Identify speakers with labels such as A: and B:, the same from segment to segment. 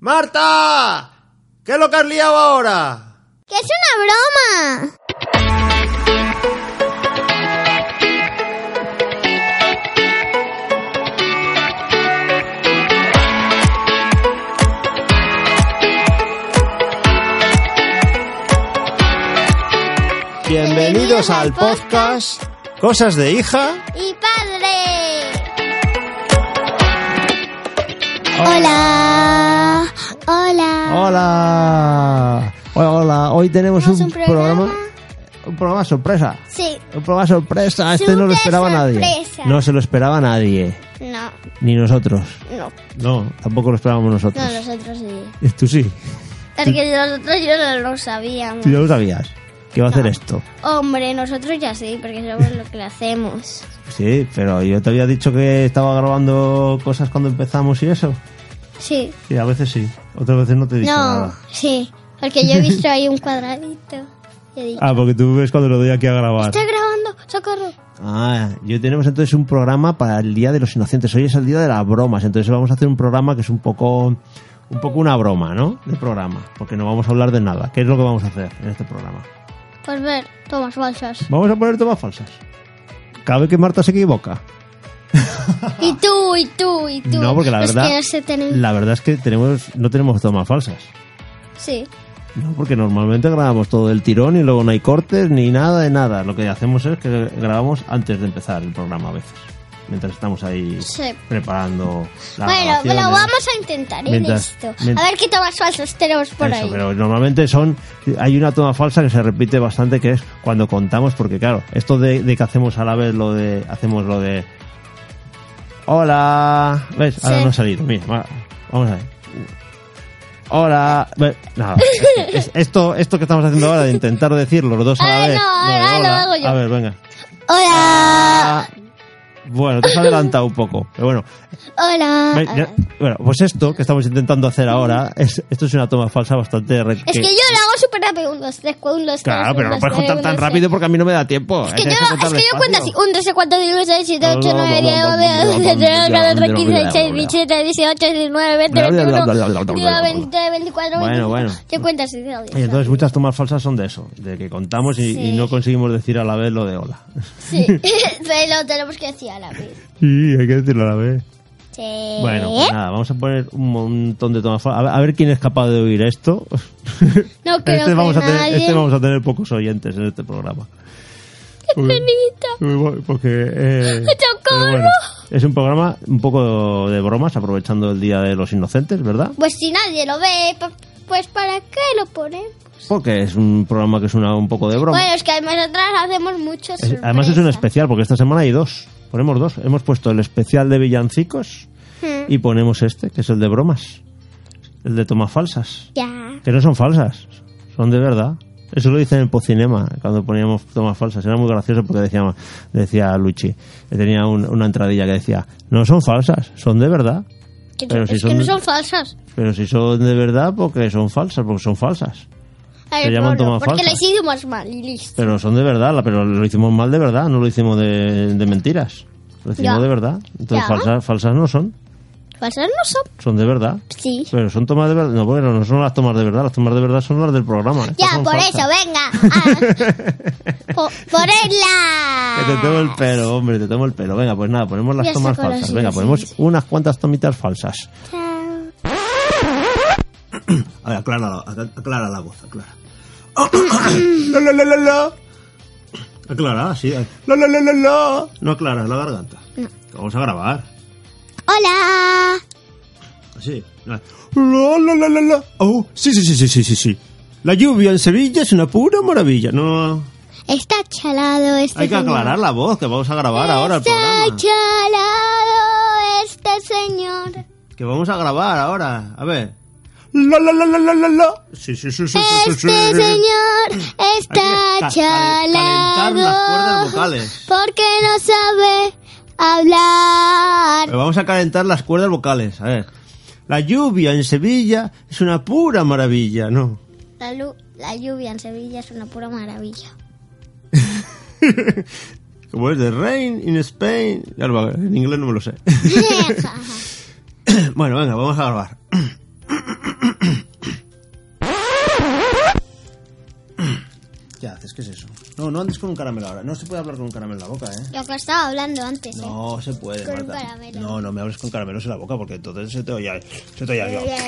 A: ¡Marta! ¿Qué es lo que has liado ahora?
B: ¡Que es una broma!
A: Bienvenidos al podcast Cosas de hija.
B: ¡Y padre! Hola. Hola.
A: Hola. Hola, hola. Hoy tenemos
B: ¿Tenemos
A: un,
B: un programa?
A: un programa sorpresa.
B: Sí.
A: Un programa sorpresa. Este no lo
B: Súper
A: esperaba
B: sorpresa.
A: nadie. No se lo esperaba nadie.
B: No,
A: Ni nosotros.
B: no.
A: No, tampoco lo esperábamos nosotros.
B: No, nosotros sí.
A: Tú sí.
B: Es que nosotros yo no lo sabíamos.
A: Tú ya lo sabías. Que va a hacer esto.
B: Hombre, nosotros ya sí, porque sabemos lo que le hacemos.
A: Sí, pero yo te había dicho que estaba grabando cosas cuando empezamos y eso.
B: Sí.
A: Y a veces sí. Otras veces no te he dicho
B: No,
A: nada.
B: sí. Porque yo he visto ahí un cuadradito. Y he dicho,
A: Ah, porque tú ves cuando lo doy aquí a grabar.
B: está grabando, socorro.
A: Este- Ah, yo tenemos entonces un programa para el Día de los Inocentes. Hoy es el Día de las Bromas, entonces vamos a hacer un programa que es un poco un poco una broma, ¿no? De programa, porque no vamos a hablar de nada. ¿Qué es lo que vamos a hacer en este programa?
B: Pues ver, tomas bolsas.
A: Vamos a poner tomas falsas. Cada vez que Marta se equivoca.
B: Y tú, y tú, y tú.
A: No, porque la
B: Los
A: verdad
B: que no se tienen-
A: la verdad es que tenemos no tenemos tomas falsas.
B: Sí.
A: No, porque normalmente grabamos todo del tirón y luego no hay cortes ni nada de nada. Lo que hacemos es que grabamos antes de empezar el programa a veces. Mientras estamos ahí
B: Sí.
A: preparando la
B: Bueno,
A: grabación,
B: pero
A: ¿eh?
B: vamos a intentar en
A: Mientras-
B: esto.
A: mientras-
B: A ver qué tomas falsos tenemos por
A: Eso,
B: ahí.
A: pero normalmente son hay una toma falsa que se repite bastante que es cuando contamos porque claro esto de, de que hacemos a la vez lo de hacemos lo de hola ves ahora
B: Sí.
A: no ha salido mira va- vamos a ver hola ve- nada, es que es- esto esto que estamos haciendo ahora de intentar decir los dos a la
B: Ay,
A: vez
B: no,
A: lo de
B: ahora lo
A: hola,
B: hago yo.
A: a ver venga Ah,
B: Hola.
A: bueno te has adelantado un poco pero bueno
B: Hola.
A: ve- ya-
B: ah.
A: bueno pues esto que estamos intentando hacer ahora es esto es una toma falsa bastante re-
B: Es que yo lo hago súper rápido. Un, dos, tres, cuatro, un, dos, tres.
A: Claro, pero
B: un,
A: no
B: dos,
A: puedes
B: tres,
A: contar
B: un,
A: tan
B: dos,
A: rápido porque a mí no me da tiempo.
B: tres. Es que, yo, es que yo cuento así: 1, 2, 3, 4, 5, 6, 7, 8, 9, 10, 11, 12, 13, 14, 15, 16, 17, 18, 19, 20, 21, 22, 24,
A: Bueno, bueno.
B: 25. Yo cuento así.
A: Y entonces muchas tomas falsas son de eso, de que contamos y, y no conseguimos decir a la vez lo de hola.
B: Sí, pero tenemos que decir a la vez.
A: Sí, hay que decirlo a la vez.
B: ¿Eh? Sí.
A: Bueno, pues nada, vamos a poner un montón de tomas falsas. A ver, a ver quién es capaz de oír esto.
B: No creo
A: este, vamos
B: que
A: a tener,
B: nadie.
A: este vamos a tener pocos oyentes en este programa. ¡Qué
B: penita.
A: Porque, eh,
B: ¡Socorro!
A: pero bueno, es un programa un poco de bromas, aprovechando el Día de los Inocentes, ¿verdad?
B: Pues si nadie lo ve, pa- pues ¿para qué lo ponemos?
A: Porque es un programa que es una, un poco de broma.
B: Bueno, es que nosotras hacemos muchos.
A: Es- además es un especial, porque esta semana hay dos. Ponemos dos. Hemos puesto el especial de villancicos y ponemos este, que es el de bromas. El de tomas falsas.
B: Ya.
A: Que no son falsas, son de verdad. Eso lo dicen en Pocinema, cuando poníamos tomas falsas. Era muy gracioso porque decía, decía Luchi, que tenía un- una entradilla que decía, no son falsas, son de verdad.
B: Que no-
A: Pero
B: es
A: si
B: que
A: son-
B: no son falsas.
A: Pero si son de verdad, porque son falsas, porque son falsas.
B: A
A: Se
B: ver,
A: llaman
B: Pablo,
A: tomas
B: porque lo
A: falsas.
B: hicimos mal, y listo.
A: Pero son de verdad, la- pero lo hicimos mal de verdad, no lo hicimos de, de mentiras. Lo hicimos
B: Ya.
A: de verdad. Entonces
B: Ya.
A: falsas, falsas no son,
B: Falsas no son.
A: son de verdad.
B: Sí.
A: Pero son tomas de verdad. No, bueno, no son las tomas de verdad, las tomas de verdad son las del programa. Estas
B: Ya,
A: son
B: por
A: falsas.
B: eso, venga. Ah. Po- por ella.
A: Que te tomo el pelo, hombre, te tomo el pelo. Venga, pues nada, ponemos las
B: Ya
A: tomas
B: saco las
A: falsas. Venga,
B: ilusiones.
A: ponemos unas cuantas tomitas falsas.
B: Chao.
A: A ver, aclara, aclara la voz, aclara. la, la, la, la, la. Aclara, sí. La, la, la, la, la. No aclaras la garganta. Vamos a grabar.
B: Hola.
A: Así. La, la, la, la, la. Oh, sí, sí, sí, sí, sí, sí, sí. La lluvia en Sevilla es una pura maravilla. No,
B: Está chalado este
A: hay que
B: señor.
A: aclarar la voz, que vamos a grabar ahora el
B: Está
A: programa.
B: chalado este señor.
A: Que vamos a grabar ahora. A ver. La, la, la, la, la, la, la. Sí, sí, sí, sí, sí, sí, sí.
B: Este señor
A: Hay
B: está
A: que ca- calentar las
B: chalado
A: cuerdas vocales.
B: porque no sabe hablar.
A: Pero vamos a calentar las cuerdas vocales. A ver. La lluvia en Sevilla es una pura maravilla, ¿no?
B: La, lu- la lluvia en Sevilla es una pura maravilla.
A: Como es de Rain in Spain. Ya lo va a ver, en inglés no me lo sé. bueno, venga, vamos a grabar. ¿Qué haces? ¿Qué es eso? No, no andes con un caramelo ahora. No se puede hablar con un caramelo en la boca, ¿eh?
B: Lo que estaba hablando antes, ¿eh?
A: No se puede,
B: Con un
A: Marta.
B: caramelo.
A: No, no me hables con caramelos en la boca porque entonces se te oye. Se te oye.
B: Hola,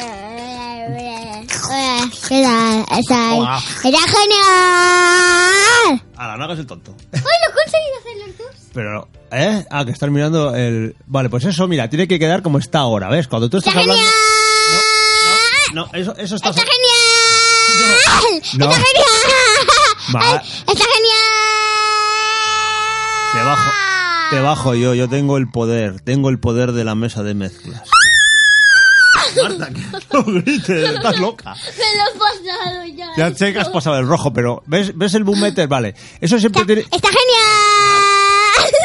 B: ¿qué tal? Está-
A: Hola.
B: ¡Era genial!
A: Ahora, no hagas el tonto.
B: ¡Ay, lo he conseguido hacer los dos!
A: Pero, ¿eh? Ah, que estás mirando el. Vale, pues eso, mira, tiene que quedar como está ahora, ¿ves? Cuando tú
B: ¡Está
A: estás hablando.
B: genial!
A: No, eso, eso está.
B: ¡Está genial!
A: No.
B: ¡Está genial!
A: Va.
B: Ay, ¡Está genial!
A: Te bajo. Te bajo yo, yo tengo el poder. Tengo el poder de la mesa de mezclas. Marta, que no grites, estás loca.
B: Me lo he pasado ya.
A: Ya sé que has pasado el rojo, pero ¿ves, ves el boom meter? Vale. Eso siempre tiene.
B: ¡Está genial!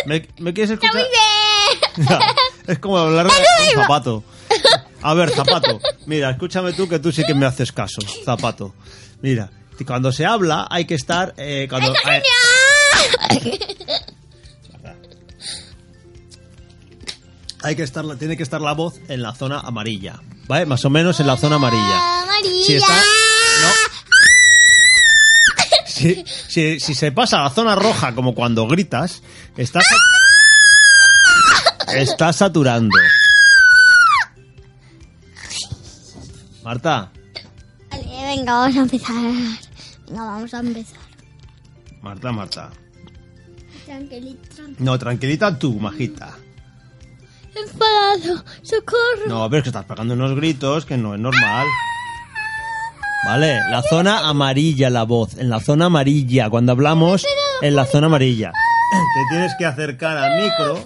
A: ¿Me, me quieres
B: ¡Está
A: escuchar?
B: muy bien!
A: Ya, es como hablar de un zapato. A ver, zapato. Mira, escúchame tú que tú sí que me haces caso, zapato. Mira, y cuando se habla hay que estar... eh, cuando, eh, hay que estar, tiene que estar la voz en la zona amarilla. ¿Vale? Más o menos en la zona amarilla.
B: ¡Amarilla!
A: Si está... No. Si, si- si se pasa a la zona roja como cuando gritas, estás... Estás saturando. Marta,
B: Vale, venga, vamos a empezar. Venga, vamos a empezar.
A: Marta, Marta.
B: Tranquilito.
A: No, tranquilita tú, majita.
B: Enfadado. ¡Socorro!
A: No, pero es que estás pegando unos gritos que no es normal. Vale, la zona amarilla la voz, en la zona amarilla, cuando hablamos en la zona amarilla. Te tienes que acercar al micro,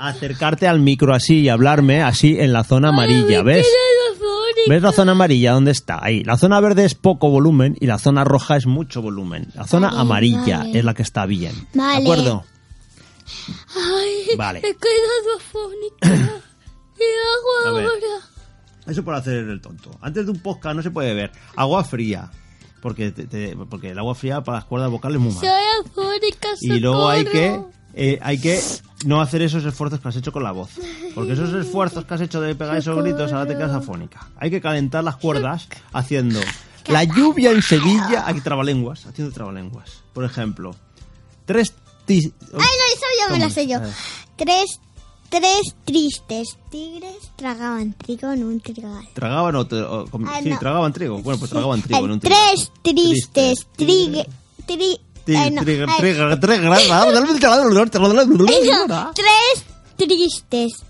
A: acercarte al micro así y hablarme así en la zona amarilla, ¿ves? ¿Ves la zona amarilla? ¿Dónde está? Ahí. La zona verde es poco volumen y la zona roja es mucho volumen. La zona
B: Vale,
A: amarilla
B: vale.
A: es la que está bien. ¿De
B: Vale.
A: acuerdo?
B: Ay,
A: Vale.
B: he quedado afónica. ¿Qué
A: A
B: hago
A: ver.
B: ahora?
A: Eso por hacer el tonto. Antes de un podcast no se puede beber agua fría. Porque, te- te- porque el agua fría para las cuerdas vocales es muy
B: Soy
A: mal.
B: afónica, socorro.
A: Y luego hay que, eh, hay que no hacer esos esfuerzos que has hecho con la voz. Porque esos esfuerzos que has hecho de pegar esos gritos ahora te quedas afónica. Hay que calentar las cuerdas haciendo la lluvia en Sevilla. Aquí trabalenguas, haciendo trabalenguas. Por ejemplo, tres... tis-
B: Ay, no, eso yo me lo sé yo.
A: ¿Cómo? A ver.
B: Tres, tres tristes tigres tragaban trigo en un trigal.
A: Tragaban o, te- o comi-
B: Ah,
A: sí,
B: no.
A: tragaban trigo. Bueno, pues tragaban trigo. en
B: Ay,
A: un trigo.
B: Tres tristes tigres.
A: Tres grados.
B: Tres tristes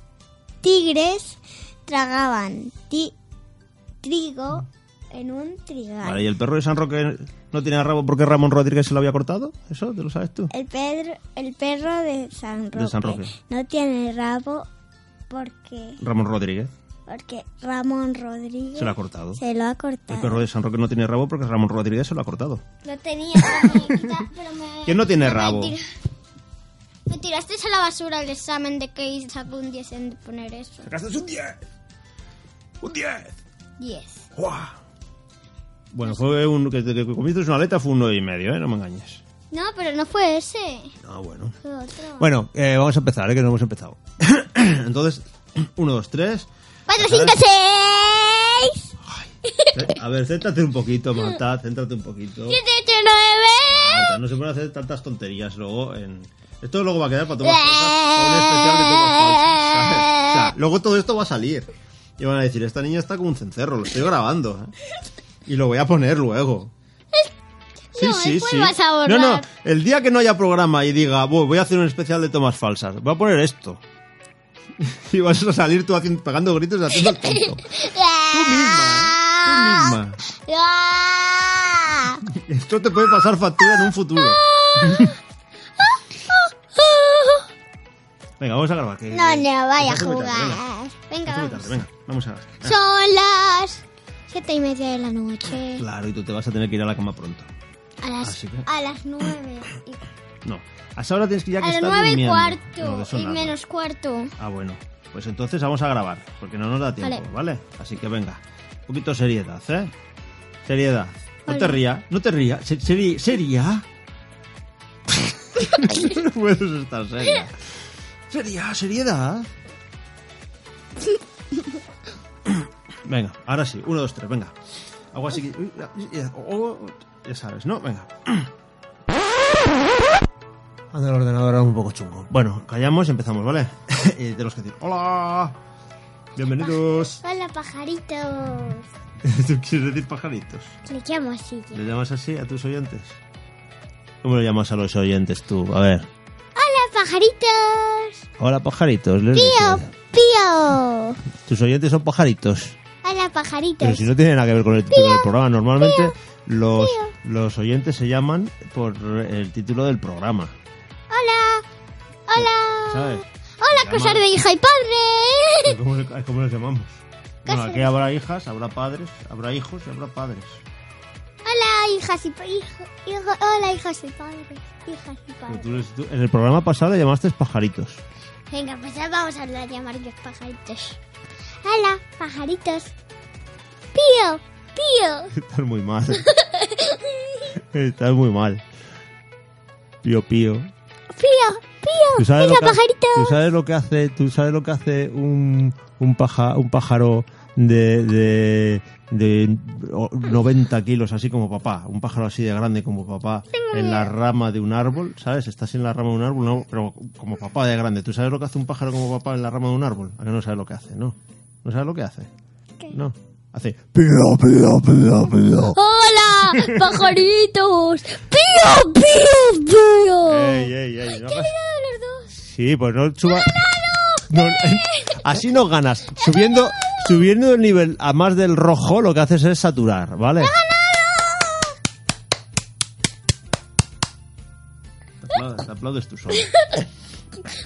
B: tigres tragaban ti- trigo en un trigal.
A: Vale, ¿y el perro de San Roque no tiene rabo porque Ramón Rodríguez se lo había cortado? ¿Eso te lo sabes tú?
B: El, Pedro, el perro de San, Roque
A: De San Roque.
B: no tiene rabo porque,
A: Ramón Rodríguez
B: porque Ramón Rodríguez
A: se lo ha cortado.
B: se lo ha
A: El
B: cortado.
A: perro de San Roque no tiene rabo porque Ramón Rodríguez se lo ha cortado.
B: No tenía rabo, pero me...
A: ¿Quién no tiene rabo?
B: Me tiraste a la basura el examen de que sacó un 10 en poner eso.
A: ¡Sacaste un 10! ¡Un 10!
B: 10.
A: ¡Guau! Bueno, fue un. Que, que comiste una aleta fue un 9 y medio, ¿eh? No me engañes.
B: No, pero no fue ese.
A: Ah, bueno.
B: Fue otro.
A: Bueno, eh, vamos a empezar, ¿eh? Que no hemos empezado. Entonces, 1, 2, 3.
B: 4, 5, 6.
A: Eh, A ver, céntrate un poquito, Marta, céntrate un poquito.
B: 7, 8, 9.
A: Marta, no se pueden hacer tantas tonterías luego en... Esto luego va a quedar para tomar cosas o un especial de Thomas Falls, ¿sabes? O sea, luego todo esto va a salir. Y van a decir, esta niña está como un cencerro, lo estoy grabando. ¿eh? Y lo voy a poner luego. Sí,
B: No,
A: sí,
B: después
A: sí.
B: vas a borrar.
A: No, no, el día que no haya programa y diga, "Bu, voy a hacer un especial de tomas falsas, voy a poner esto. Y vas a salir tú haciendo, pegando gritos y haciendo el tonto. Tú
B: Ah.
A: misma, tú misma. Esto te puede pasar factura en un futuro. Venga, vamos a grabar. que-
B: No, no, vaya a
A: que hace muy tarde,
B: jugar.
A: Venga, Hace
B: Venga,
A: muy
B: vamos.
A: tarde, venga, vamos a grabar.
B: Son las siete y media de la noche.
A: Claro, y tú te vas a tener que ir a la cama pronto. Ah,
B: A las,
A: Así que-
B: a las nueve. y-
A: No, a esa hora tienes que ya que
B: a las
A: estar
B: nueve y
A: durmiendo. No,
B: cuarto.
A: de eso
B: y
A: nada.
B: menos cuarto.
A: Ah, bueno. Pues entonces vamos a grabar, porque no nos da tiempo,
B: Vale.
A: ¿vale? Así que venga, un poquito de seriedad, ¿eh? Seriedad. No
B: Vale.
A: te rías, no te rías. Se- seri- seria. no puedes estar seria. Seria, seriedad. Venga, ahora sí. oh, Uno, dos, tres, venga. Algo así que... uy, ya- ya- o- o- Ya sabes, ¿no? Venga. Anda, el ordenador era un poco chungo. Bueno, callamos y empezamos, ¿vale? y tenemos que decir, hola, bienvenidos.
B: Hola, pajaritos.
A: ¿Tú quieres decir pajaritos?
B: Le llamo así. ya.
A: ¿Le llamas así a tus oyentes? ¿Cómo le llamas a los oyentes tú? A ver.
B: Hola, pajaritos.
A: Hola, pajaritos. les
B: Pío,
A: dices.
B: pío.
A: Tus oyentes son pajaritos.
B: Hola,
A: Pero
B: pajaritos.
A: si no tiene nada que ver con el título del programa, normalmente los, los oyentes se llaman por el título del programa,
B: Hola. Hola.
A: ¿sabes?
B: Hola, cosas de hija y padre.
A: ¿Cómo, le- cómo les llamamos? Bueno,
B: Casi.
A: aquí habrá hijas, habrá padres, habrá hijos y habrá padres.
B: Hola, hijas y pa- hijo, hijo- hola, hijas y padres. Hijas y
A: Pero
B: padres.
A: tú les- tú- en el programa pasado le llamaste pajaritos.
B: Venga, pues ya vamos a hablar llamar los pajaritos. Hola, pajaritos. Pío, pío.
A: Estás muy mal. Estás muy mal. Pío, pío.
B: Pío, pío.
A: ¿Tú sabes,
B: Oh, Mira,
A: lo que, tú
B: pajaritos.
A: sabes lo que hace, tú sabes lo que hace un, un, paja, un pájaro de, de, de o- 90 kilos, así como papá? Un pájaro así de grande como papá, en la rama de un árbol, ¿sabes? Estás en la rama de un árbol, no, pero como papá de grande. ¿Tú sabes lo que hace un pájaro como papá en la rama de un árbol? A que no sabes lo que hace, ¿no? ¿No sabes lo que hace?
B: ¿Qué?
A: No. Hace... Pío, pío, pío, pío.
B: Hola, pajaritos. Pío, pío, pío.
A: Ey, ey, ey, no hagas-
B: Los dos.
A: Sí, pues no suba. No, eh, así no ganas. Subiendo, subiendo el nivel a más del rojo, lo que haces es saturar, ¿vale? Te aplaudes, te aplaudes tú solo.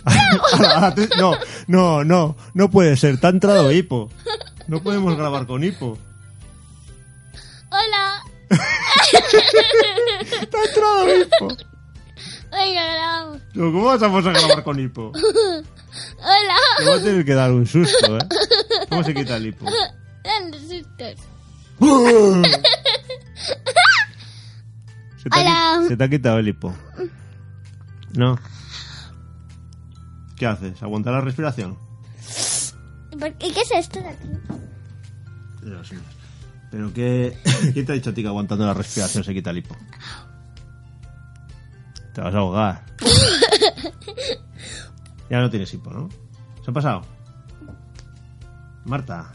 A: Ahora, ahora te- no, no, no, no puede ser. Te ha entrado hipo. No podemos grabar con hipo.
B: Hola.
A: Te ha entrado hipo.
B: Venga, grabamos.
A: Digo, ¿Cómo vas a vamos a grabar con hipo?
B: Hola.
A: Te va a tener que dar un susto, ¿eh? ¿Cómo se quita el hipo?
B: Dan los sustos.
A: se te ha
B: Hola.
A: qui- se te ha quitado el hipo. No. ¿Qué haces? ¿Aguantar la respiración?
B: ¿Por qué, ¿Qué es esto de aquí?
A: Dios mío. Pero qué... ¿Quién te ha dicho a ti que aguantando la respiración se quita el hipo? Te vas a ahogar. ya no tienes hipo, ¿no? ¿Se ha pasado? Marta.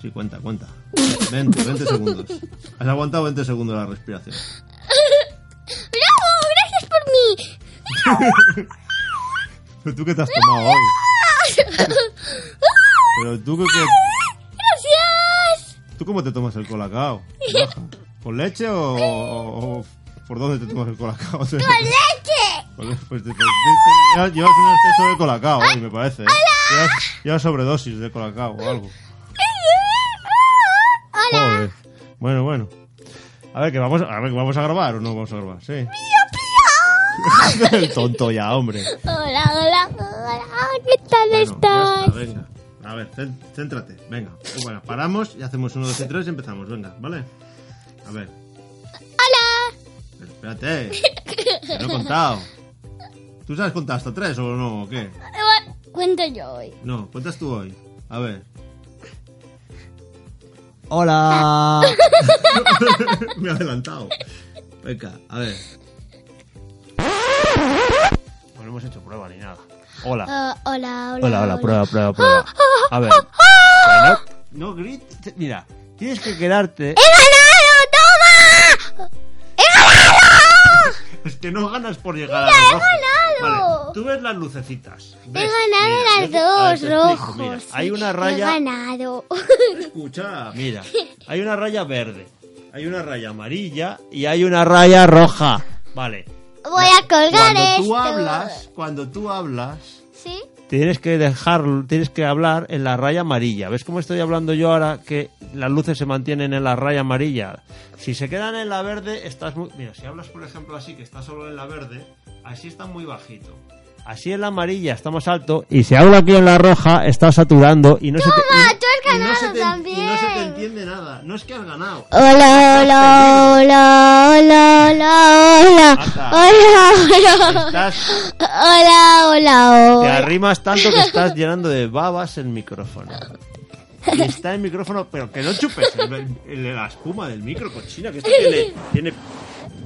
A: Sí, cuenta, cuenta. 20, 20 segundos. Has aguantado 20 segundos la respiración.
B: ¡Bravo! ¡Gracias por mí!
A: ¿Pero tú qué te has tomado hoy?
B: Ah,
A: ¿Pero tú qué, qué-
B: ¡Gracias!
A: tú cómo te tomas el colacao? Baja. ¿Con leche o, o- o por dónde te tomas el colacao? Con
B: ¡Leche!
A: Pues, pues, pues, llevas, llevas un exceso de colacao hoy, me parece. ¿eh? Llevas, llevas sobredosis de colacao o algo.
B: ¡Hola!
A: Joder. Bueno, bueno. A ver, que vamos, a ver, que vamos a grabar o no vamos a grabar, sí. el tonto ya, hombre.
B: ¡Hola, hola, hola! ¿Qué tal
A: Bueno, ya
B: estás?
A: está, venga. A ver, cen- céntrate. Venga. Bueno, paramos y hacemos uno, dos y tres y empezamos. Venga, ¿vale? A ver.
B: ¡Hola!
A: Pero espérate. Te lo he contado. ¿Tú sabes contar hasta tres o no? ¿O qué?
B: Eh, bueno, Cuento yo hoy.
A: No, cuentas tú hoy. A ver. Hola. Me he adelantado. Venga, a ver. No hemos hecho prueba ni nada. Hola.
B: Ah, hola, hola.
A: Hola, hola, prueba, prueba, prueba. A ver. No, no grites. Mira, tienes que quedarte.
B: ¡He ganado! ¡Toma!
A: Es que no ganas por llegar al rojo.
B: he ganado.
A: Vale, tú ves las lucecitas.
B: ¡He
A: ¿Ves?
B: ganado
A: Mira,
B: las
A: yo te- a ver, te
B: dos,
A: explico,
B: rojos!
A: mira, hay
B: sí.
A: una
B: ¡He
A: raya.
B: ganado!
A: Escucha, mira. Hay una raya verde. Hay una raya amarilla y hay una raya roja. Vale.
B: Voy a colgar
A: Cuando
B: esto.
A: tú hablas, cuando tú hablas,
B: ¿Sí?
A: tienes que dejarlo, tienes que hablar en la raya amarilla. ¿Ves cómo estoy hablando yo ahora que las luces se mantienen en la raya amarilla? Si se quedan en la verde, estás muy... Mira, si hablas por ejemplo así, que está solo en la verde, así está muy bajito. Así en la amarilla está más alto y si hablo aquí en la roja está saturando y no se te,
B: ¡Toma!
A: y-
B: ¡Tú has
A: y no se
B: ganado
A: te- y no se te
B: también!
A: entiende nada. No es que has ganado.
B: Hola, hola, hola, hola, hola, hola,
A: Anda.
B: hola, hola,
A: Estás-
B: hola, hola,
A: te
B: hola.
A: arrimas tanto que estás llenando de babas el micrófono. Y está el micrófono, pero que no chupes el, el- la espuma del micro, cochina, que esto tiene, tiene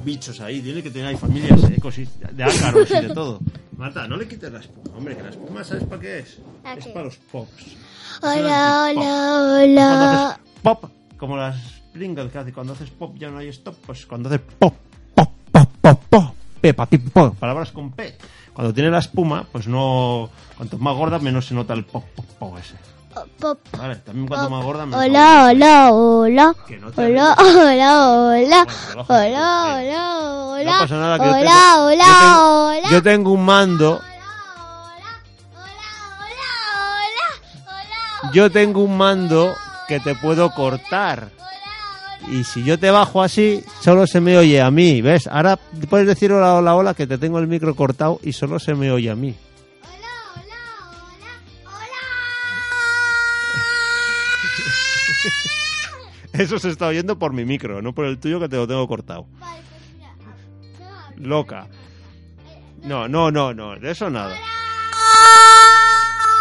A: bichos ahí, dile que tengáis familias de, de ácaros y de todo. Marta, no le quites la espuma, hombre, que la espuma, ¿sabes para qué es?
B: ¿Para
A: Es
B: qué?
A: para los pops.
B: Hola,
A: Pop.
B: hola,
A: Cuando
B: hola.
A: haces pop, como las Pringles que hace, cuando haces pop ya no hay stop, pues cuando haces pop, pop, pop, pop, pop, pepa, pip, pop, palabras con P. Cuando tiene la espuma, pues no, cuanto más gorda menos se nota el pop, pop, pop ese.
B: Pop,
A: Vale, también cuanto más gorda menos.
B: Oh, Hola, hola, hola.
A: Que no te
B: Hola, hola,
A: rías.
B: hola.
A: Bueno,
B: Hola,
A: te bajas el
B: hola, hola.
A: No pasa nada que yo
B: hola,
A: tengo-
B: hola,
A: yo tengo-
B: hola.
A: Yo tengo un mando, yo tengo un mando que te puedo cortar. Y si yo te bajo así, solo se me oye a mí, ¿ves? Ahora puedes decir hola, hola, hola, que te tengo el micro cortado y solo se me oye a mí. Eso se está oyendo por mi micro, no por el tuyo que te lo tengo cortado. Loca. No, no, no, no, de eso nada.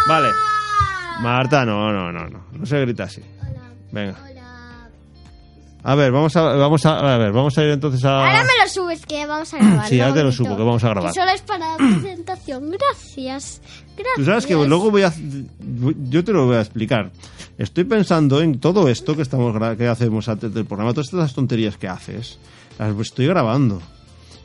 A: Vale. Marta, no, no, no, no. No se grita así. Venga. A ver, vamos a, vamos a, a ver, vamos a ir entonces
B: Ahora
A: a...
B: me lo subes que vamos a grabar.
A: Sí,
B: ¿no,
A: ahora te lo
B: bonito?
A: subo, que vamos a grabar.
B: Que solo es para presentación. Gracias. Gracias.
A: Tú sabes que luego voy a... Yo te lo voy a explicar. Estoy pensando en todo esto que, estamos, gra- que hacemos antes del programa, todas estas tonterías que haces, las estoy grabando.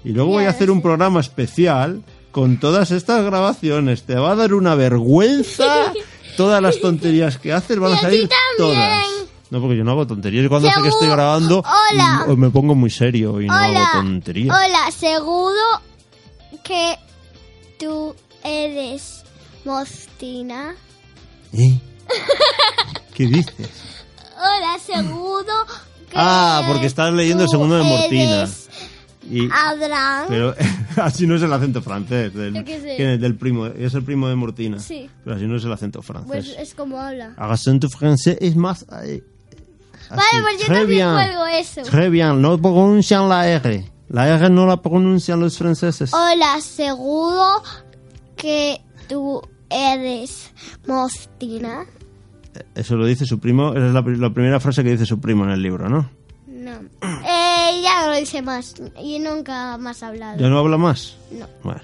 A: Y luego voy a
B: Ya,
A: hacer un
B: sí.
A: programa especial con todas estas grabaciones. Te va a dar una vergüenza. Todas las tonterías que haces van
B: Y
A: a
B: a ti
A: salir
B: también.
A: todas. No, porque yo no hago tonterías. Yo cuando sé que
B: Seguro.
A: estoy grabando
B: Hola.
A: mm, me pongo muy serio y no hago
B: Hola.
A: tonterías.
B: Hola, seguro que tú eres Mostina.
A: ¿Eh? ¿Qué dices?
B: Hola, seguro que
A: Ah, porque estás leyendo el
B: tú
A: segundo de Mortina.
B: eres
A: Y-
B: Ah, Adrán.
A: Pero así no es el acento francés. Del,
B: Yo qué sé.
A: que es del primo, es el primo de Mortina.
B: Sí.
A: Pero así no es el acento francés.
B: Pues es como habla.
A: El acento francés es más. eh,
B: Vale,
A: así.
B: pues yo
A: Très
B: también
A: bien.
B: juego eso.
A: Très bien, no pronuncian la R. La R no la pronuncian los franceses.
B: Hola, seguro que tú eres Mostina.
A: Eso lo dice su primo, esa es la, pri- la primera frase que dice su primo en el libro, ¿no?
B: No. Eh, ya no lo hice más. Y nunca más he hablado.
A: ¿Ya no habla más?
B: No.
A: Bueno.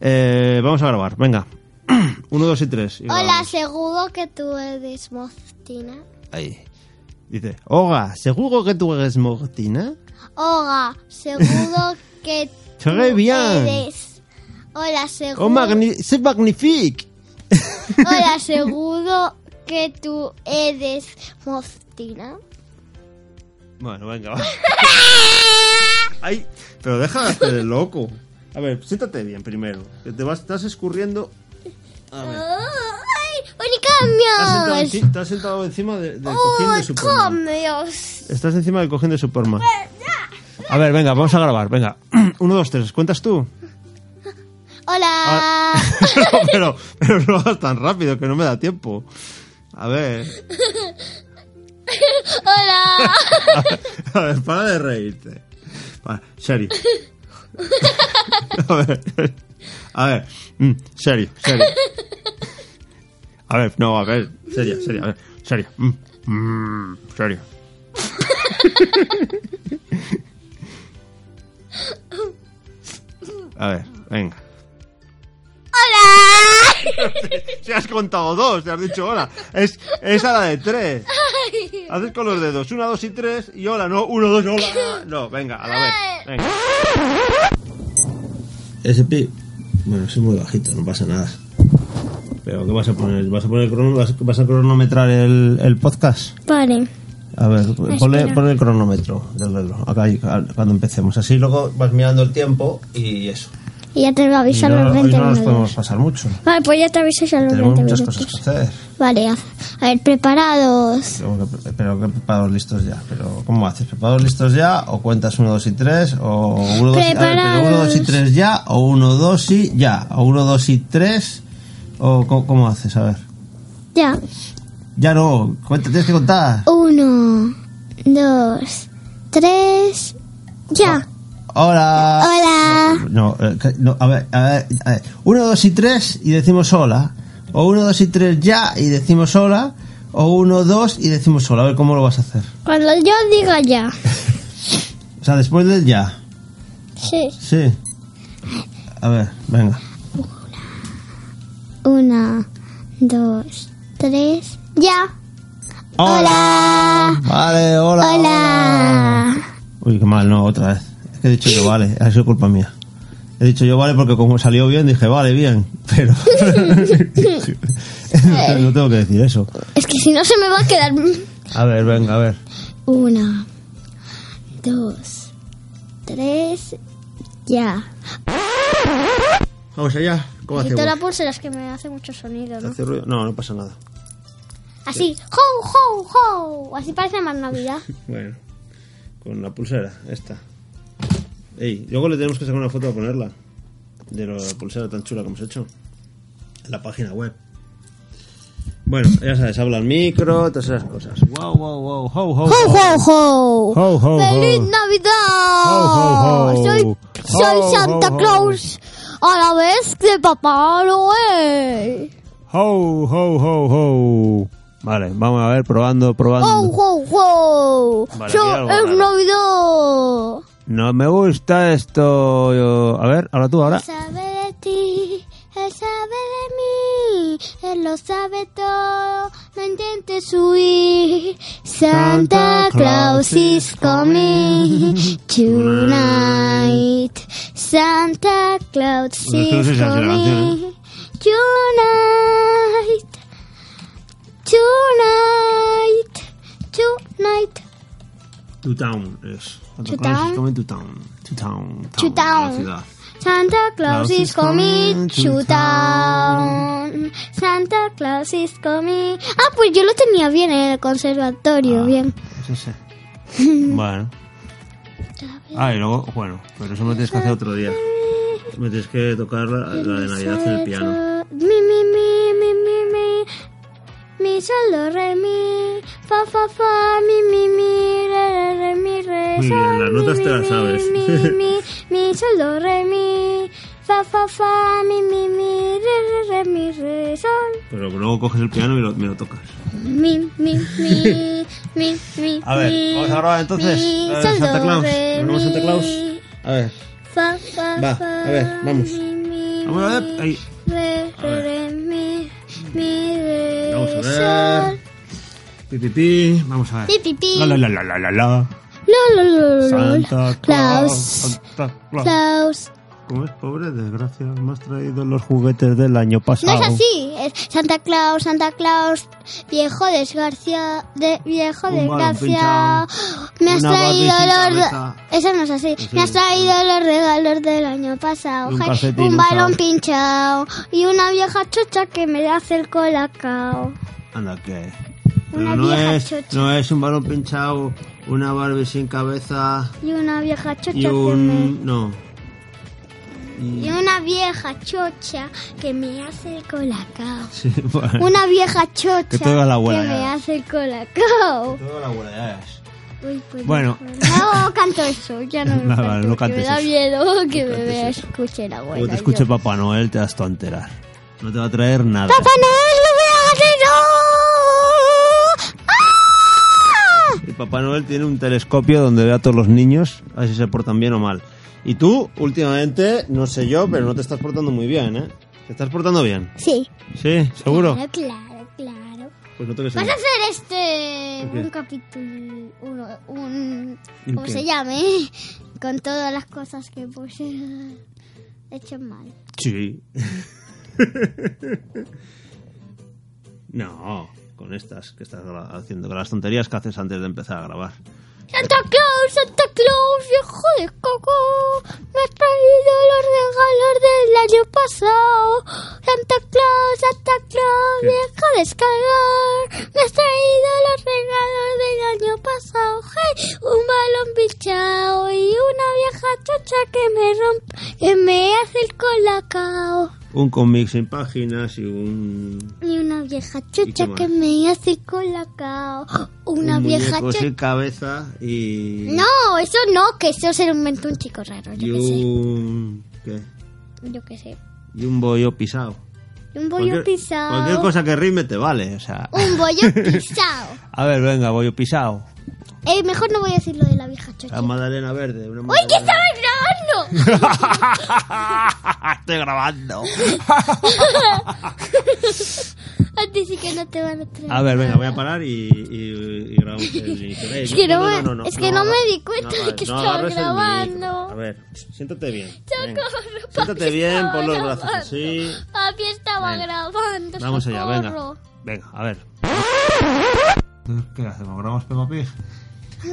A: Eh, vamos a grabar, venga. Uno, dos y tres. y
B: Hola,
A: grabamos.
B: seguro que tú eres Mostina.
A: Ahí. Dice, hola, ¿seguro que tú eres Mortina?
B: Hola, seguro que tú
A: Très bien.
B: eres. Hola, seguro.
A: Oh, magni- c'est magnifique.
B: Hola, seguro que tú eres Mostina.
A: Bueno, venga, va. Ay, pero deja de hacer el loco. A ver, siéntate bien primero. Que te vas, estás escurriendo. A ver.
B: ¡Ay!
A: Te
B: Oh,
A: has sentado,
B: ¡Unicambios!
A: enci- te has sentado encima de- del
B: Oh,
A: cojín de Superman.
B: ¡Unicambios!
A: Estás encima del cojín de Superman. A ver, venga, vamos a grabar. Venga. Uno, dos, tres. ¿Cuentas tú?
B: Hola.
A: Ah. No, pero, pero no vas tan rápido que no me da tiempo. A ver.
B: Hola.
A: A ver, para de reírte. Para, serio. A ver. A ver. mm, serio, serio. A ver, no, a ver. Serio, serio, a ver. Serio. mm, mm, serio. A ver, venga.
B: Hola.
A: Si has contado dos, te has dicho hola. Es, es a la de tres. Haces con los dedos una, dos y tres y hola, no, uno, dos, hola. No, venga, a la vez. Venga. Ese pi. Bueno, soy muy bajito, no pasa nada. Pero ¿qué vas a poner? ¿Vas a poner crono- vas, vas a cronometrar el, el podcast?
B: Vale.
A: A ver, ponle,
B: Espera.
A: ponle el cronómetro del reloj, acá ahí, al- cuando empecemos. Así luego vas mirando el tiempo y eso.
B: Y ya te
A: Y
B: lo avisan
A: no,
B: los
A: hoy
B: 20
A: no nos podemos
B: minutos.
A: pasar mucho.
B: Vale, pues ya te avisas a los
A: Tenemos
B: 20
A: muchas
B: minutos.
A: cosas que hacer.
B: Vale, a, a ver, preparados.
A: Tengo que pre- Pero que preparados listos ya. Pero ¿cómo haces? ¿Preparados listos ya? ¿O cuentas 1, 2 y 3? ¿O 1, 2 y, a ver, pero uno, dos y
B: Preparados.
A: 3 ya? ¿O 1, 2 y ya? ¿O 1, 2 y 3? ¿O cómo, cómo haces? A ver.
B: Ya.
A: Ya no, cuenta, tienes que contar.
B: Uno, dos, tres. Ya.
A: Hola.
B: Hola.
A: No, eh, que- no, a ver, a ver, a ver. 1, 2 y 3 y decimos hola. O 1, 2 y 3 ya y decimos hola. O 1, 2 y decimos hola. A ver cómo lo vas a hacer.
B: Cuando yo diga ya.
A: O sea, después del ya.
B: Sí.
A: Sí. A ver, venga.
B: Una, dos, tres. ¡Ya! ¡Hola!
A: Vale, hola.
B: ¡Hola!
A: Uy, qué mal, no, otra vez. Es que he dicho yo vale, ha sido culpa mía. He dicho yo vale porque como salió bien dije vale, bien, pero no tengo que decir eso.
B: Es que si no se me va a quedar.
A: A ver, venga, a ver.
B: Una, dos, tres. Ya.
A: Vamos allá. ¿Cómo hace
B: Quito la
A: ruido?
B: pulsera, es que me hace mucho sonido, ¿no?
A: ¿Hace ruido? No, no pasa nada.
B: Así, ho, ho, ho. Así parece más Navidad.
A: Bueno, con la pulsera, esta. Ey, luego le tenemos que sacar una foto a ponerla. De la pulsera tan chula que hemos hecho. En la página web. Bueno, ya sabes, habla al micro, todas esas cosas. Wow, wow, wow, ho, ho,
B: ¡Ho, ho, ho!
A: Ho, ho, ho.
B: ¡Feliz Navidad!
A: Ho, ho, ho.
B: Soy, soy
A: Ho, ho,
B: Santa
A: ho.
B: Claus a la vez que Papá Noel.
A: Ho, ho, ho, ho. Vale, vamos a ver, probando, probando.
B: ¡Ho, ho, ho!
A: Vale,
B: Yo-
A: di algo
B: ¡Es
A: raro.
B: Navidad!
A: No me gusta esto. yo- A ver, ahora tú, ahora.
B: Él sabe de ti, él sabe de mí, él lo sabe todo, no intentes huir. Santa Claus is coming tonight. Santa Claus
A: Pues es que no sé si
B: is
A: hace la
B: coming tonight. Tonight, tonight,
A: Tu town es.
B: Tu town.
A: Come to town. Tu town.
B: To
A: town, la
B: town.
A: ciudad.
B: Santa Claus is coming to town. Santa Claus is coming. Ah, pues yo lo tenía bien en el conservatorio,
A: Ah,
B: bien.
A: Sí, sí. bueno. Ah, y luego, bueno, pero eso me tienes que hacer otro día. Me tienes que tocar la, la de Navidad en el piano.
B: Mi, mi, mi, mi, mi, mi. Mi, sol, do, re, mi. Fa, fa, fa, mi, mi, mi. Re, re, re, mi, re.
A: Muy bien,
B: sol,
A: las
B: mi,
A: notas
B: mi,
A: te las
B: mi,
A: sabes.
B: Mi, mi, mi, sol, do, re, mi. Fa, fa, fa, mi, mi, mi. Re, re, re, mi, re, sol.
A: Pero luego coges el piano y lo, me lo tocas.
B: Mi, mi, mi, mi, mi.
A: A ver,
B: mi,
A: vamos a probar entonces.
B: mi,
A: A ver,
B: sol,
A: Santa
B: do,
A: Claus.
B: re,
A: ¿Nos vamos, Santa
B: mi,
A: Claus? A ver.
B: Fa, fa,
A: Va,
B: fa,
A: a ver, vamos.
B: mi, mi,
A: Vamos a
B: mi,
A: ver. Ahí.
B: Re,
A: A
B: re,
A: ver.
B: re, mi, mi, re,
A: Vamos a
B: sol.
A: ver. Pi, pi, pi. Vamos a ver.
B: Pi, pi, pi.
A: La, la, la, la, la, la, la.
B: Lo, lo, lo, lo, lo.
A: Santa Claus.
B: Claus.
A: Santa Claus.
B: Claus.
A: Como es pobre, desgracia, me has traído los juguetes del año
B: No
A: pasado.
B: es así, es Santa Claus, Santa Claus, viejo desgracia, de, viejo
A: Un
B: desgracia,
A: balón
B: me has
A: Una
B: traído
A: barbijita
B: los,
A: rota.
B: eso no es así,
A: Eso
B: me
A: no
B: has
A: es
B: traído los regalos del año pasado,
A: Y un
B: Ja,
A: calcetín
B: un balón
A: usado.
B: pinchado y una vieja chocha que me hace el colacao.
A: Anda, que.
B: Una
A: Pero no
B: vieja
A: es,
B: chocha.
A: no es un balón pinchado, una Barbie sin cabeza
B: Y una vieja chocha
A: y
B: que me...
A: un. No.
B: Y una vieja chocha que me hace el colacao.
A: Sí, bueno.
B: Una vieja chocha
A: Que te oiga la abuela
B: que
A: ya.
B: me hace el colacao.
A: Toda la abuela, ya ves.
B: Uy, pues
A: Bueno.
B: No, no canto eso, ya no lo
A: Nada,
B: canto,
A: no
B: que
A: cantes
B: me da
A: eso.
B: miedo que me
A: cantes
B: vea,
A: eso.
B: escuche la abuela.
A: Como te escuche
B: yo.
A: Papá Noel, te has tú a enterar. No te va a traer nada.
B: ¡Papá Noel, no me hagas eso! ¡Ah!
A: Y Papá Noel tiene un telescopio donde ve a todos los niños, a ver si se portan bien o mal. Y tú, últimamente, no sé yo, pero no te estás portando muy bien, ¿eh? ¿Te estás portando bien?
B: Sí.
A: Sí, seguro.
B: Claro, claro, claro.
A: Pues no te ves
B: Vas a
A: en-
B: hacer este...
A: ¿Qué?
B: un capítulo... Uno, un...
A: ¿Un
B: ¿Cómo
A: qué?
B: se llame? Con todas las cosas que puse... hechas mal.
A: Sí. no, con estas que estás gra- haciendo, con las tonterías que haces antes de empezar a grabar.
B: Santa Claus, Santa Claus, viejo de coco, me has traído los regalos del año pasado. Santa Claus, Santa Claus,
A: ¿Qué?
B: viejo descargar, me has traído los regalos del año pasado. Hey, un balón pichao y una vieja chocha que me rompe, que me hace el colacao.
A: Un cómic sin páginas y un...
B: Y una vieja
A: qué
B: chocha
A: más?
B: que me hace el colacao. Una
A: un
B: vieja
A: muñeco
B: chocha.
A: sin cabeza y...
B: No, eso no, que eso se lo inventó un chico raro,
A: Y
B: yo qué sé.
A: un... ¿Qué?
B: Yo qué sé.
A: Y un bollo pisado.
B: Un bollo
A: Cualquier-
B: pisado.
A: Cualquier cosa que rime te vale, o sea...
B: Un bollo pisado.
A: A ver, venga, bollo pisado.
B: Eh, mejor no voy a decir lo de la vieja chocha.
A: La Madalena Verde. Una
B: ¡Uy,
A: magdalena-
B: que estaba grabando!
A: Ah, Estoy grabando.
B: Antes sí que no te van a traer.
A: A ver, venga, voy a parar y, y- y grabamos el inicio. Eh,
B: Es que no me- es que no me di cuenta de
A: agarres-
B: que estaba
A: agarres el
B: grabando.
A: micro. A ver, siéntate bien. venga.
B: Socorro, papi,
A: Siéntate bien,
B: estaba
A: pon los
B: grabando.
A: brazos así.
B: Papi estaba
A: Venga.
B: grabando.
A: Vamos allá, venga.
B: socorro.
A: Venga, a ver. ¿Qué hacemos? ¿Grabamos Peppa Pig?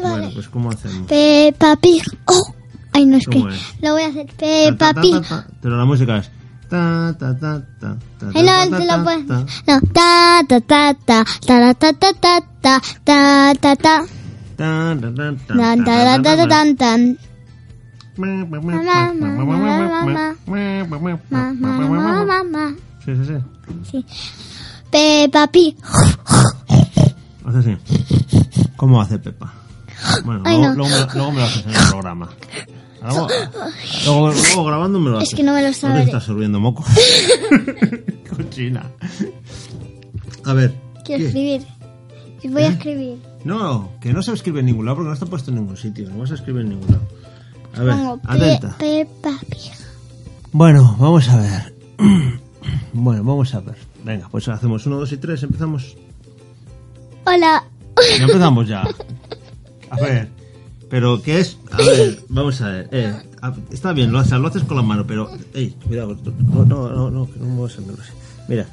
A: Bueno, pues ¿cómo hacemos?
B: Peppa Pig. Oh, ay, no es que.
A: ¿Cómo es?
B: Lo voy a hacer. Peppa
A: Ta, ta,
B: Pig.
A: ta, ta. Pero la música es... Ta, ta, ta, ta, ta, ta,
B: Ay, no,
A: ta,
B: te
A: ta,
B: lo puedes.
A: ta.
B: No. Ta, ta, ta, ta. Ta, ta, ta, ta, ta. Ta, ta, ta.
A: Tan, tan, tan, tan,
B: Tan,
A: tan,
B: tan,
A: tan,
B: tan,
A: tan.
B: tan, tan. Ma, ma, ma, ma, ma.
A: Sí, sí, sí.
B: Peppa Pig.
A: Hace así. ¿Cómo hace Pepa? Bueno,
B: Ay,
A: luego,
B: no.
A: luego me, lo- luego me lo haces en el programa. Luego, luego, luego grabando me lo haces.
B: que no me lo
A: No
B: sabré.
A: te estás sorbiendo moco. Cochina. A ver. ¿qué?
B: Quiero
A: ¿Eh?
B: escribir. Voy a escribir.
A: No, que no se escribe en ningún lado porque no está puesto en ningún sitio. No vas a escribir en ningún lado. A ver,
B: Pongo Pe-
A: atenta.
B: Peppa Pig.
A: Bueno, vamos a ver. Bueno, vamos a ver. Venga, pues hacemos uno, dos y tres. Empezamos.
B: Hola.
A: Ya empezamos ya. A ver. Pero, ¿qué es? A ver, vamos a ver. eh, a- está bien, lo, o sea, lo haces con la mano, pero. Ey, cuidado. No, no, no, no, que no me vas a mirar así. Mira.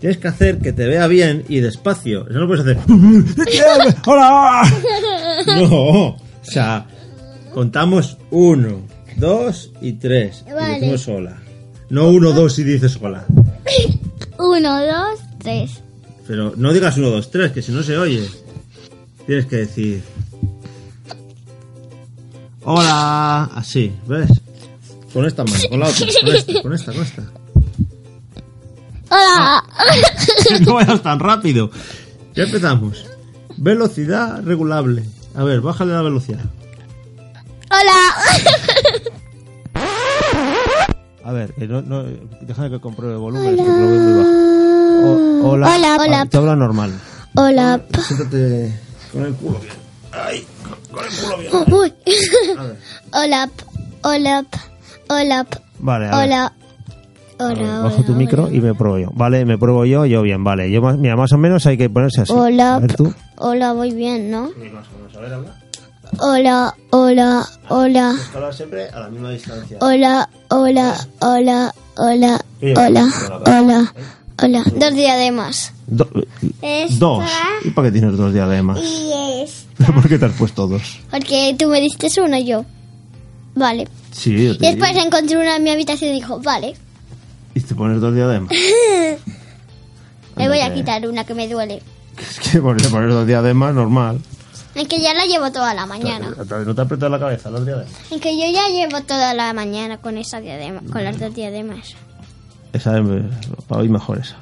A: Tienes que hacer que te vea bien y despacio. Eso no puedes hacer. ¡Hola! No. O sea, contamos uno, dos y tres.
B: Vale.
A: Y decimos hola. No uno, dos y dices hola.
B: Uno, dos, tres.
A: Pero no digas 1, 2, 3, que si no se oye. Tienes que decir. Hola. Así, ¿ves? Con esta mano, con la otra, con esta, con esta, con esta.
B: Hola.
A: No vayas tan rápido. Ya empezamos. Velocidad regulable. A ver, bájale la velocidad.
B: Hola.
A: A ver, que no, no, déjame que compruebe el volumen. que lo veo muy bajo.
B: Hola.
A: O-
B: Hola. Hola.
A: te habla normal.
B: Hola.
A: Siéntate con el culo bien. Ay, con el culo bien.
B: Uy.
A: A ver.
B: Hola. Hola. Hola.
A: Vale, a ver.
B: Hola.
A: A ver,
B: Hola.
A: bajo tu micro y me pruebo yo. Vale, me pruebo yo, yo bien, vale. Yo más, mira, más o menos hay que ponerse así. A
B: Hola.
A: ver tú.
B: Hola, muy bien, ¿no?
A: A ver, habla.
B: Hola. Hola. Hola.
A: Tienes que hablar siempre a la misma distancia.
B: Hola. Hola. Hola. Hola.
A: Sí.
B: Hola. Hola. Hola. Dos diademas.
A: dos. ¿Y para qué tienes dos diademas?
B: Y es.
A: ¿Por qué te has puesto dos?
B: Porque tú me diste una y yo. Vale.
A: Sí, yo
B: Y
A: te
B: después
A: digo.
B: encontré una en mi habitación y dijo, vale,
A: Y te pones dos diademas.
B: le voy a
A: Ándate.
B: quitar una que me duele.
A: Es que por eso poner dos diademas, normal.
B: Es que ya la llevo toda la mañana.
A: No te aprietas la cabeza los diademas.
B: Es que yo ya llevo toda la mañana con esa diadema, con las dos diademas.
A: Esa es hoy mejor esa.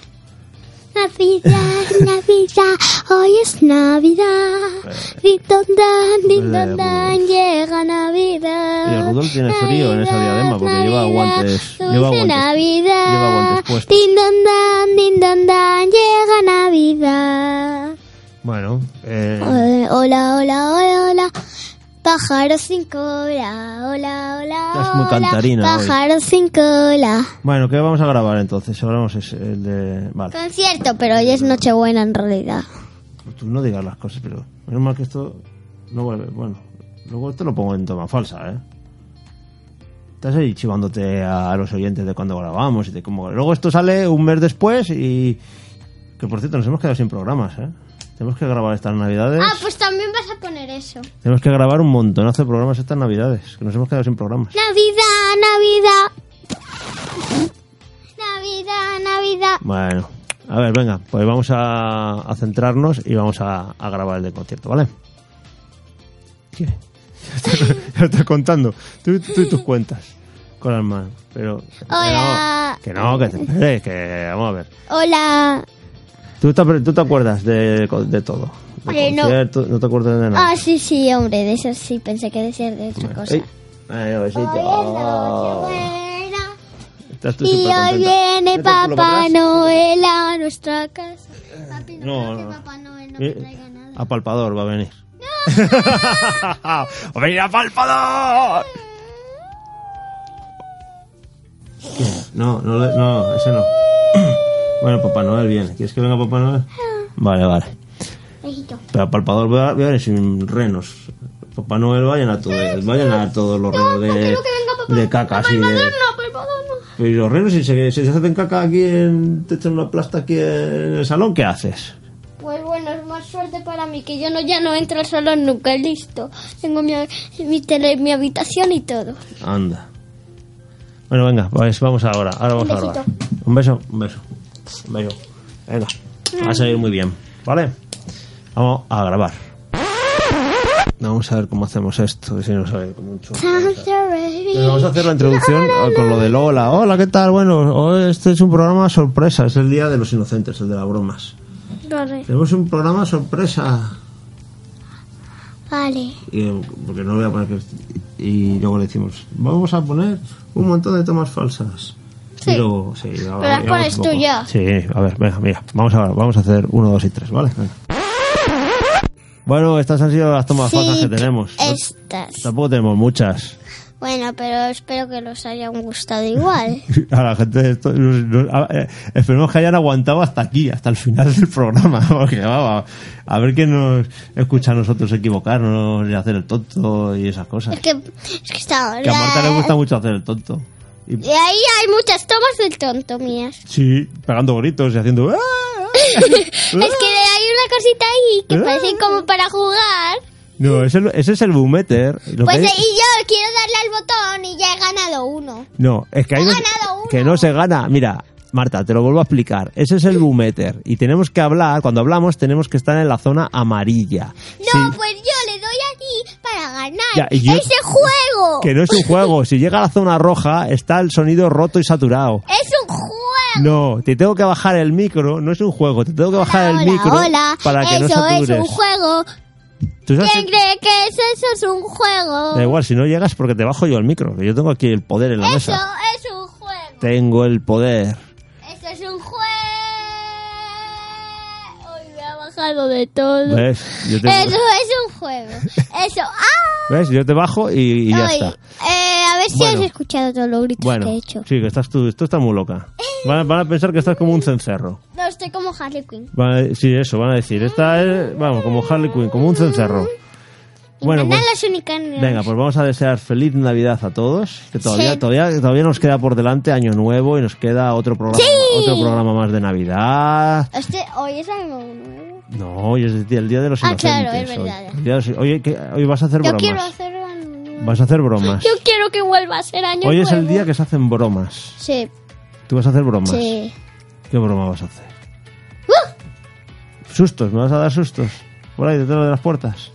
B: Navidad, Navidad, hoy es Navidad. Din don dan, din
A: Vale,
B: don dan, llega Navidad.
A: Oye, Rudolf tiene frío en esa diadema porque lleva
B: Navidad,
A: guantes- lleva
B: dulce
A: guantes-
B: Navidad.
A: lleva guantes puestos.
B: Din don dan, din don dan, llega Navidad.
A: Bueno, eh,
B: Eh, Hola, hola, hola, hola. Pájaros sin cola. Hola, hola.
A: Estás muy
B: hola.
A: cantarina hoy.
B: Pájaros sin cola.
A: bueno, ¿qué vamos a grabar entonces? Grabamos ese, el de... Vale.
B: Concierto, pero hoy es Nochebuena en realidad.
A: Pues Tú no digas las cosas, pero menos mal que esto no vuelve. Bueno, luego te lo pongo en toma falsa, ¿eh? Estás ahí chivándote a los oyentes de cuando grabamos y de cómo. Luego esto sale un mes después y. Que por cierto, nos hemos quedado sin programas, ¿eh? Tenemos que grabar estas navidades.
B: Ah, pues también vas a poner eso.
A: Tenemos que grabar un montonazo de programas estas navidades. Que nos hemos quedado sin programas.
B: Navidad, Navidad. Navidad, Navidad.
A: Bueno, a ver, venga, pues vamos a, a centrarnos y vamos a, a grabar el de concierto, ¿vale? ¿Qué? Ya estoy contando. Tú, tú y tus cuentas con las manos. Pero.
B: Hola.
A: Que no, que, no, que te esperes, que vamos a ver.
B: Hola.
A: ¿Tú te, apre- tú te acuerdas de, de todo? De
B: Hombre, no.
A: concierto, no te acuerdas de nada.
B: Ah, pues sí, sí, hombre, de eso sí, pensé que decía de otra cosa.
A: Ey, ay, un besito.
B: Hoy es Nochebuena.
A: Estás tú
B: Y
A: supercontenta.
B: hoy viene
A: Vete al culo para
B: Papá
A: atrás.
B: Noel a nuestra casa. Papi, no,
A: No,
B: creo que
A: no.
B: Papá Noel no
A: Eh,
B: te traiga nada.
A: A Palpador va a venir.
B: No,
A: ¡O venir a Palpador! No, no, lo- no, ese no. Bueno, Papá Noel viene. ¿Quieres que venga Papá Noel? Vale, vale.
B: Besito.
A: Pero a Palpador voy a, voy a ver sin renos. Papá Noel, vayan a, todo- vayan a todos los renos
B: No
A: de,
B: quiero que venga papá.
A: de caca.
B: Papá
A: así de-
B: Noel no, papá Noel no.
A: Pero ¿y los renos, si se, si se hacen caca aquí, en, te echan una plasta aquí en el salón, ¿qué haces?
B: Pues bueno, es más suerte para mí que yo no ya no entro al salón nunca, listo. Tengo mi, mi, tele, mi habitación y todo.
A: Anda. Bueno, venga, pues vamos ahora. Ahora vamos a grabar. Un beso, un beso. Un beso. Venga, va a salir muy bien, ¿vale? Vamos a grabar. Vamos a ver cómo hacemos esto, si no sale como un churro. Pero vamos a hacer la introducción eh, con lo de Lola. Hola, ¿qué tal? Bueno, hoy este es un programa sorpresa, es el día de los inocentes, el de las bromas.
B: Vale.
A: Tenemos un programa sorpresa.
B: Vale.
A: Y, eh, porque no lo voy a poner que- y luego le decimos vamos a poner un montón de tomas falsas
B: Sí.
A: y luego sí, ya-
B: las
A: ya
B: pones
A: vamos un
B: tú
A: poco.
B: ya.
A: sí a ver venga mira vamos a vamos a hacer uno dos y tres vale Venga. bueno estas han sido las tomas falsas que tenemos No-
B: Estas.
A: tampoco tenemos muchas
B: Bueno, pero espero que los hayan gustado igual.
A: a la gente esto- nos- nos- a- eh, esperemos que hayan aguantado hasta aquí hasta el final del programa porque vamos a ver quién nos escucha a nosotros equivocarnos y hacer el tonto y esas cosas
B: es que, es que está
A: Que a Marta le gusta mucho hacer el tonto. Y,
B: Y ahí hay muchas tomas del tonto mías.
A: sí, pegando gritos y haciendo... "¡Ah, ah!".
B: Es que hay una cosita ahí
A: ¿Eh?
B: que parece como para jugar.
A: No, ese, ese es el boometer. Lo
B: Pues
A: que
B: eh,
A: hay-
B: y yo quiero darle al botón y ya he ganado uno.
A: no, es que hay...
B: he
A: no-
B: ganado uno.
A: Que no se gana. Mira, Marta, te lo vuelvo a explicar. Ese es el boometer. Y tenemos que hablar, cuando hablamos tenemos que estar en la zona amarilla.
B: No,
A: Si-
B: pues yo le doy aquí para ganar
A: Ya, y yo-
B: ese juego.
A: Que no es un juego. Si llega a la zona roja está el sonido roto y saturado.
B: Es un juego.
A: No, te tengo que bajar el micro, no es un juego, te tengo que bajar
B: hola,
A: el micro
B: hola.
A: para que no
B: eso
A: satures.
B: es un juego.
A: ¿Tú sabes-
B: ¿Quién cree que eso, eso es un juego?
A: Da igual, si no llegas porque te bajo yo el micro, que yo tengo aquí el poder en la
B: eso
A: mesa.
B: es un juego.
A: Tengo el poder.
B: Eso es un juego. Hoy me ha bajado de todo.
A: ¿Ves? Yo te,
B: Eso es un juego. Eso. ¡Ah!
A: ¿Ves? Yo te bajo y, y ya
B: Ay,
A: está.
B: eh, a ver si
A: Bueno.
B: has escuchado todos los gritos
A: Bueno,
B: que he hecho.
A: sí, que estás tú, esto está muy loca. Van, a- van a pensar que estás como un cencerro.
B: No, estoy como Harley Quinn.
A: Van a- sí, eso, van a decir, esta es, vamos, como Harley Quinn, como un cencerro. Bueno,
B: Ganar
A: pues,
B: las unicornios.
A: venga, pues vamos a desear feliz Navidad a todos, que todavía,
B: Sí.
A: todavía, todavía nos queda por delante Año Nuevo y nos queda otro programa,
B: Sí.
A: otro programa más de Navidad.
B: Este, hoy es año nuevo.
A: No, hoy es el día- el día de los
B: Ah,
A: inocentes.
B: claro, es
A: hoy.
B: verdad.
A: El día de los- Oye, ¿qué- hoy vas a hacer
B: Yo
A: bromas.
B: quiero hacer año nuevo.
A: Vas a hacer bromas.
B: Yo quiero que vuelva a ser año
A: Hoy
B: nuevo.
A: es el día que se hacen bromas.
B: Sí,
A: Tú vas a hacer bromas.
B: sí.
A: ¿Qué broma vas a hacer? Sustos, me vas a dar sustos. Por ahí detrás de las puertas.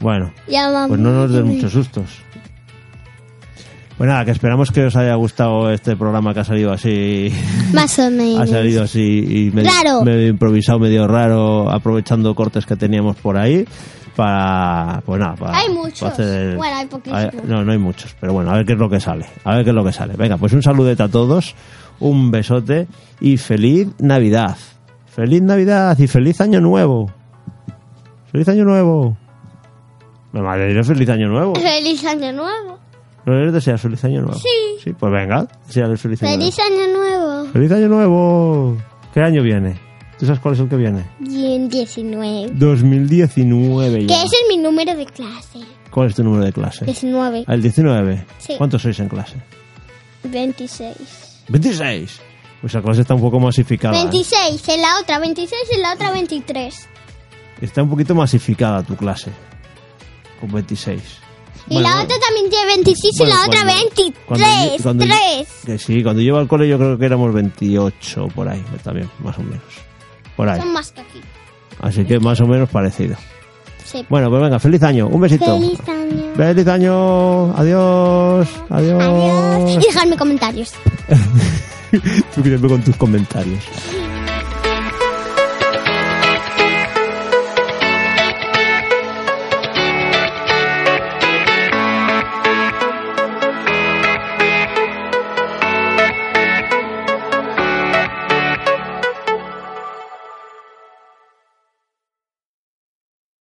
A: Bueno,
B: Ya vamos.
A: pues no nos des muchos sustos. Pues nada, que esperamos que os haya gustado este programa que ha salido así.
B: Más o menos.
A: ha salido así y medio,
B: Raro.
A: medio improvisado, medio raro, aprovechando cortes que teníamos por ahí para, pues nada, para,
B: Hay muchos.
A: para hacer-
B: Bueno, hay poquísimos.
A: a ver, no, no hay muchos, pero bueno, a ver qué es lo que sale, a ver qué es lo que sale. Venga, pues un saludete a todos, un besote y feliz Navidad, feliz Navidad y feliz Año Nuevo, feliz Año Nuevo. Me madre, feliz Año Nuevo.
B: Feliz año nuevo.
A: ¿No les deseas feliz Año Nuevo?
B: Sí.
A: Sí, pues venga, deseales feliz Año Nuevo.
B: Feliz año nuevo.
A: ¡Feliz Año Nuevo! ¿Qué año viene? ¿Tú sabes cuál es el que viene?
B: Y en 19.
A: 2019
B: Que
A: ya.
B: ese es mi número de clase.
A: ¿Cuál es tu número de clase? Ah,
B: 19.
A: El 19.
B: Sí.
A: ¿Cuántos sois en clase?
B: 26.
A: 26. Pues la clase está un poco masificada. ¿eh?
B: 26 en la otra, 26 en la otra, 23.
A: Está un poquito masificada tu clase. Con 26.
B: Y
A: Bueno,
B: la
A: bueno.
B: otra también tiene 26 y la
A: Bueno,
B: otra
A: cuando-
B: 23.
A: cuando lle- cuando lle-
B: 3.
A: que sí, cuando yo iba al cole yo creo que éramos 28 por ahí, también, más o menos. Por ahí.
B: Son más que aquí.
A: Así que más o menos parecido.
B: Sí.
A: Bueno, pues venga, feliz año. Un besito.
B: Feliz año.
A: Feliz año. Adiós. Adiós.
B: Adiós. Y dejadme comentarios.
A: Tú quieres ver con tus comentarios.